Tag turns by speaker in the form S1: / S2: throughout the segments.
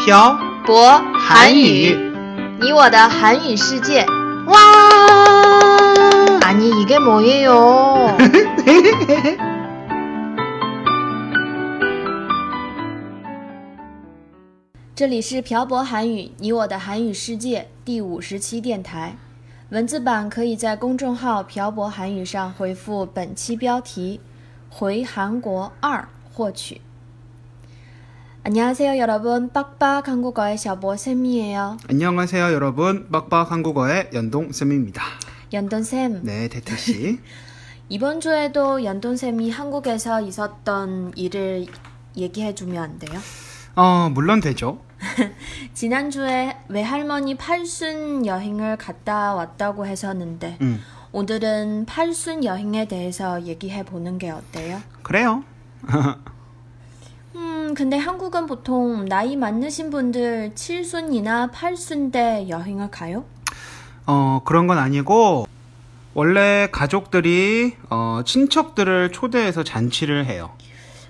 S1: 朴
S2: 博
S1: 韩语
S2: 你我的韩语世界。
S1: 哇！啊
S2: 아니 이게 뭐예요?这里是漂泊韩语，你我的韩语世界第五十期电台。文字版可以在公众号“漂泊韩语”上回复本期标题“回韩国二”获取。안녕하세요여러분빡빡한국어의小博쌤이에요
S1: 안녕하세요 여러분 빡빡 한국어의 연동 쌤입니다.
S2: 연돈 쌤.
S1: 네 태태 씨.
S2: 이번 주에도 연돈 쌤이 한국에서 있었던 일을 얘기해 주면 안 돼요?
S1: 어 물론 되죠.
S2: 지난주에 외할머니 팔순 여행을 갔다 왔다고 했었는데
S1: 음
S2: 오늘은 팔순 여행에 대해서 얘기해 보는 게 어때요?
S1: 그래요.
S2: 음, 근데 한국은 보통 나이 많으신 분들 칠순이나팔순때 여행을 가요?
S1: 어 그런 건 아니고 원래 가족들이 어, 친척들을 초대해서 잔치를 해요.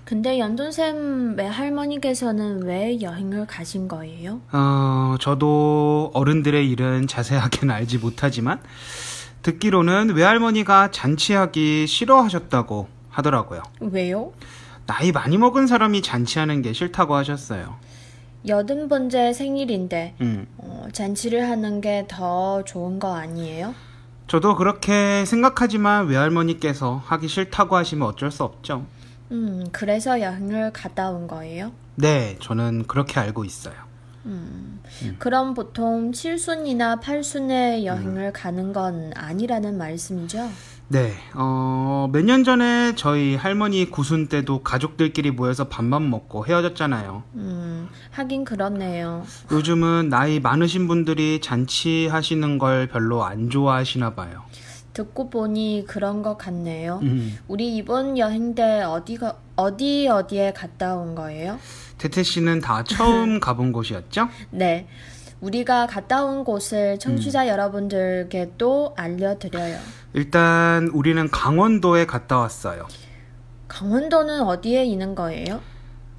S2: 근데 연돈쌤 외할머니께서는 왜 여행을 가신 거예요?
S1: 어 저도 어른들의 일은 자세하게는 알지 못하지만 듣기로는 외할머니가 잔치하기 싫어하셨다고 하더라고요.
S2: 왜요?
S1: 나이 많이 먹은 사람이 잔치하는 게 싫다고 하셨어요.
S2: 여든 번째 생일인데
S1: 음.
S2: 어, 잔치를 하는 게 더 좋은 거 아니에요?
S1: 저도 그렇게 생각하지만 외할머니께서 하기 싫다고 하시면 어쩔 수 없죠.
S2: 음, 그래서 여행을 갔다 온 거예요?
S1: 네, 저는 그렇게 알고 있어요.
S2: 그럼 보통 칠순이나팔순에 여행을 가는 건 아니라는 말씀이죠?
S1: 네, 어, 몇 년 전에 저희 할머니 구순 때도 가족들끼리 모여서 밥만 먹고 헤어졌잖아요.
S2: 음, 하긴 그렇네요.
S1: 요즘은 나이 많으신 분들이 잔치하시는 걸 별로 안 좋아하시나 봐요.
S2: 듣고 보니 그런 것 같네요.
S1: 음.
S2: 우리 이번 여행 때 어디가 어디 어디에 갔다 온 거예요?
S1: 태태 씨는 다 처음 가본 곳이었죠?
S2: 네. 우리가 갔다 온 곳을 청취자 여러분들께 또 알려드려요.
S1: 일단 우리는 강원도에 갔다 왔어요.
S2: 강원도는 어디에 있는 거예요?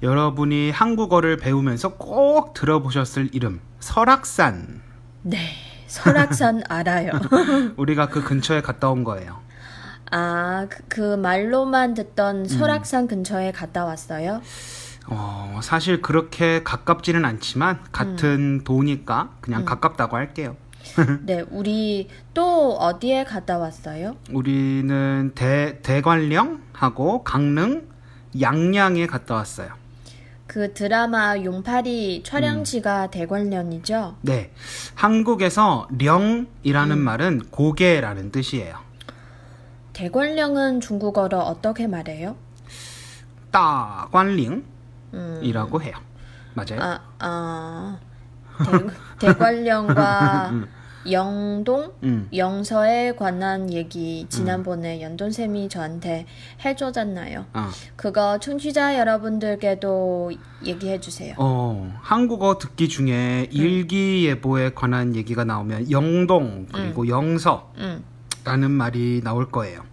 S1: 여러분이 한국어를 배우면서 꼭 들어보셨을 이름 설악산
S2: 네, 설악산 알아요.
S1: 우리가 그 근처에 갔다 온 거예요
S2: 아, 그, 그 말로만 듣던 설악산 근처에 갔다 왔어요?
S1: 어, 사실 그렇게 가깝지는 않지만
S2: 음.
S1: 같은 도니까 그냥 가깝다고 할게요
S2: 네, 우리 또 어디에 갔다 왔어요?
S1: 우리는 대, 대관령하고 강릉 양양에 갔다 왔어요
S2: 그 드라마 용팔이 촬영지가 대관령이죠?
S1: 네 한국에서 령이라는
S2: 음.
S1: 말은 고개라는 뜻이에요
S2: 대관령은 중국어로 어떻게 말해요?
S1: 따관링이라고
S2: 음,
S1: 해요 맞아요
S2: 아, 아, 대, 대관령과 영동?
S1: 음.
S2: 영서에 관한 얘기 지난번에 연돈쌤이 저한테 해줬잖아요.
S1: 아.
S2: 그거 청취자 여러분들께도 얘기해 주세요. 음.
S1: 어, 한국어 듣기 중에 일기예보에 관한 얘기가 나오면 영동 그리고
S2: 음.
S1: 영서라는 말이 나올 거예요.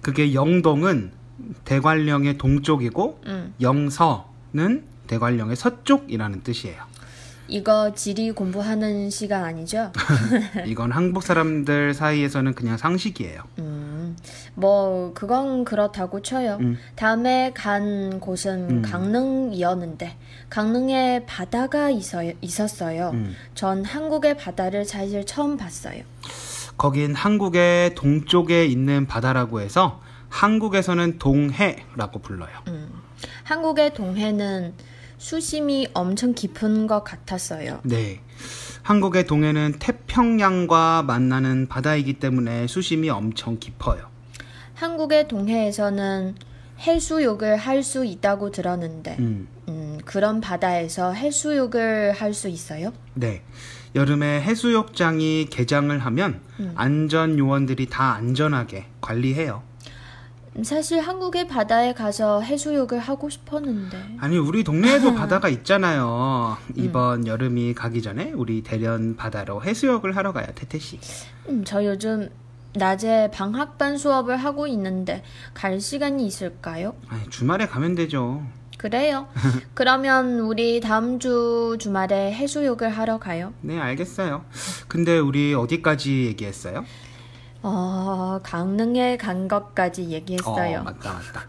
S1: 그게 영동은 대관령의 동쪽이고
S2: 음.
S1: 영서는 대관령의 서쪽이라는 뜻이에요.
S2: 이거 지리 공부하는 시간 아니죠?
S1: 이건 한국 사람들 사이에서는 그냥 상식이에요.
S2: 음, 뭐 그건 그렇다고 쳐요. 다음에 음. 간 곳은 강릉이었는데 강릉에 바다가 있어, 있었어요. 전 한국의 바다를 사실 처음 봤어요.
S1: 거긴 한국의 동쪽에 있는 바다라고 해서 한국에서는 동해라고 불러요.
S2: 한국의 동해는 수심이 엄청 깊은 것 같았어요.
S1: 네. 한국의 동해는 태평양과 만나는 바다이기 때문에 수심이 엄청 깊어요.
S2: 한국의 동해에서는 해수욕을 할 수 있다고 들었는데,
S1: 음.
S2: 음, 그런 바다에서 해수욕을 할 수 있어요?
S1: 네. 여름에 해수욕장이 개장을 하면 안전 요원들이 다 안전하게 관리해요.
S2: 음, 사실 한국의 바다에 가서 해수욕을 하고 싶었는데.
S1: 아니, 우리 동네에도 바다가 있잖아요. 이번 여름이 가기 전에 우리 대련 바다로 해수욕을 하러 가요, 태태 씨.
S2: 음, 저 요즘 낮에 방학반 수업을 하고 있는데 갈 시간이 있을까요?
S1: 아니, 주말에 가면 되죠.
S2: 그래요. 그러면 우리 다음 주 주말에 해수욕을 하러 가요.
S1: 네, 알겠어요. 근데 우리 어디까지 얘기했어요?
S2: 어, 강릉에 간 것까지
S1: 어,
S2: 얘기했어요.
S1: 맞다, 맞다.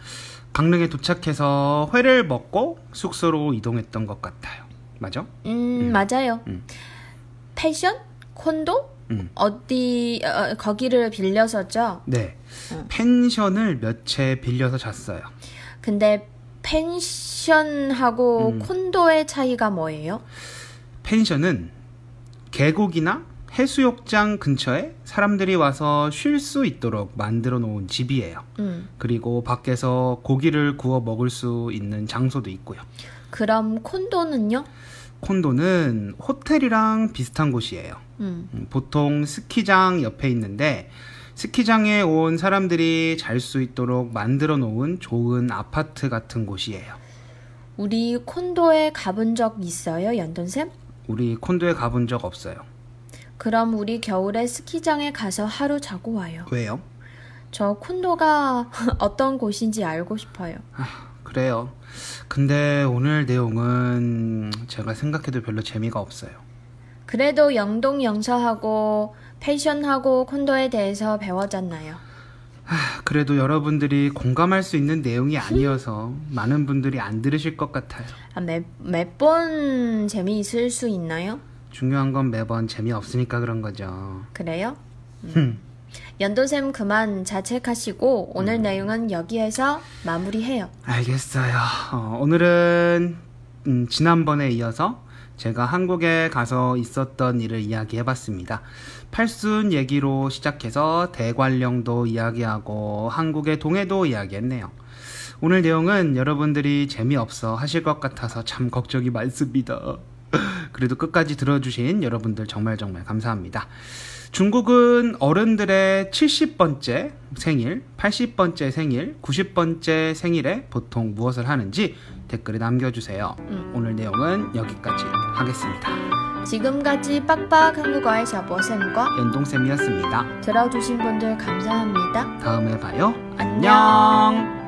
S1: 강릉에 도착해서 회를 먹고 숙소로 이동했던 것 같아요. 맞아?
S2: 음, 맞아요. 패션? 콘도?
S1: 음.
S2: 어디 어, 거기를 빌려서죠.
S1: 네. 펜션을 몇 채 빌려서 잤어요.
S2: 근데 펜션하고 콘도의 차이가 뭐예요?
S1: 펜션은 계곡이나 해수욕장 근처에 사람들이 와서 쉴 수 있도록 만들어 놓은 집이에요.
S2: 음.
S1: 그리고 밖에서 고기를 구워 먹을 수 있는 장소도 있고요.
S2: 그럼 콘도는요?
S1: 콘도는 호텔이랑 비슷한 곳이에요.
S2: 음.
S1: 음, 보통 스키장 옆에 있는데 스키장에 온 사람들이 잘 수 있도록 만들어 놓은 좋은 아파트 같은 곳이에요.
S2: 우리 콘도에 가본 적 있어요, 연돈쌤?
S1: 우리 콘도에 가본 적 없어요.
S2: 그럼 우리 겨울에 스키장에 가서 하루 자고 와요.
S1: 왜요?
S2: 저 콘도가 어떤 곳인지 알고 싶어요.
S1: 그래요. 근데 오늘 내용은 제가 생각해도 별로 재미가 없어요.
S2: 그래도 영동 영서하고 패션하고 콘도에 대해서 배워졌나요?
S1: 아, 그래도 여러분들이 공감할 수 있는 내용이 아니어서 많은 분들이 안 들으실 것 같아요.
S2: 아, 매, 몇번 재미있을 수 있나요?
S1: 중요한 건 매번 재미없으니까 그런 거죠.
S2: 그래요? 음. 연돈쌤 그만 자책하시고 오늘 내용은 여기에서 마무리해요.
S1: 알겠어요. 어, 오늘은 음, 지난번에 이어서 제가 한국에 가서 있었던 일을 이야기해봤습니다. 팔순 얘기로 시작해서 대관령도 이야기하고 한국의 동해도 이야기했네요. 오늘 내용은 여러분들이 재미없어 하실 것 같아서 참 걱정이 많습니다. 그래도 끝까지 들어주신 여러분들 정말 정말 감사합니다. 중국은 어른들의 70번째 생일, 80번째 생일, 90번째 생일에 보통 무엇을 하는지 댓글에 남겨주세요. 오늘 내용은 여기까지 하겠습니다.
S2: 지금까지 빡빡 한국어의 샤보쌤과
S1: 연동쌤이었습니다.
S2: 들어주신 분들 감사합니다.
S1: 다음에 봐요.
S2: 안녕.
S1: 안녕.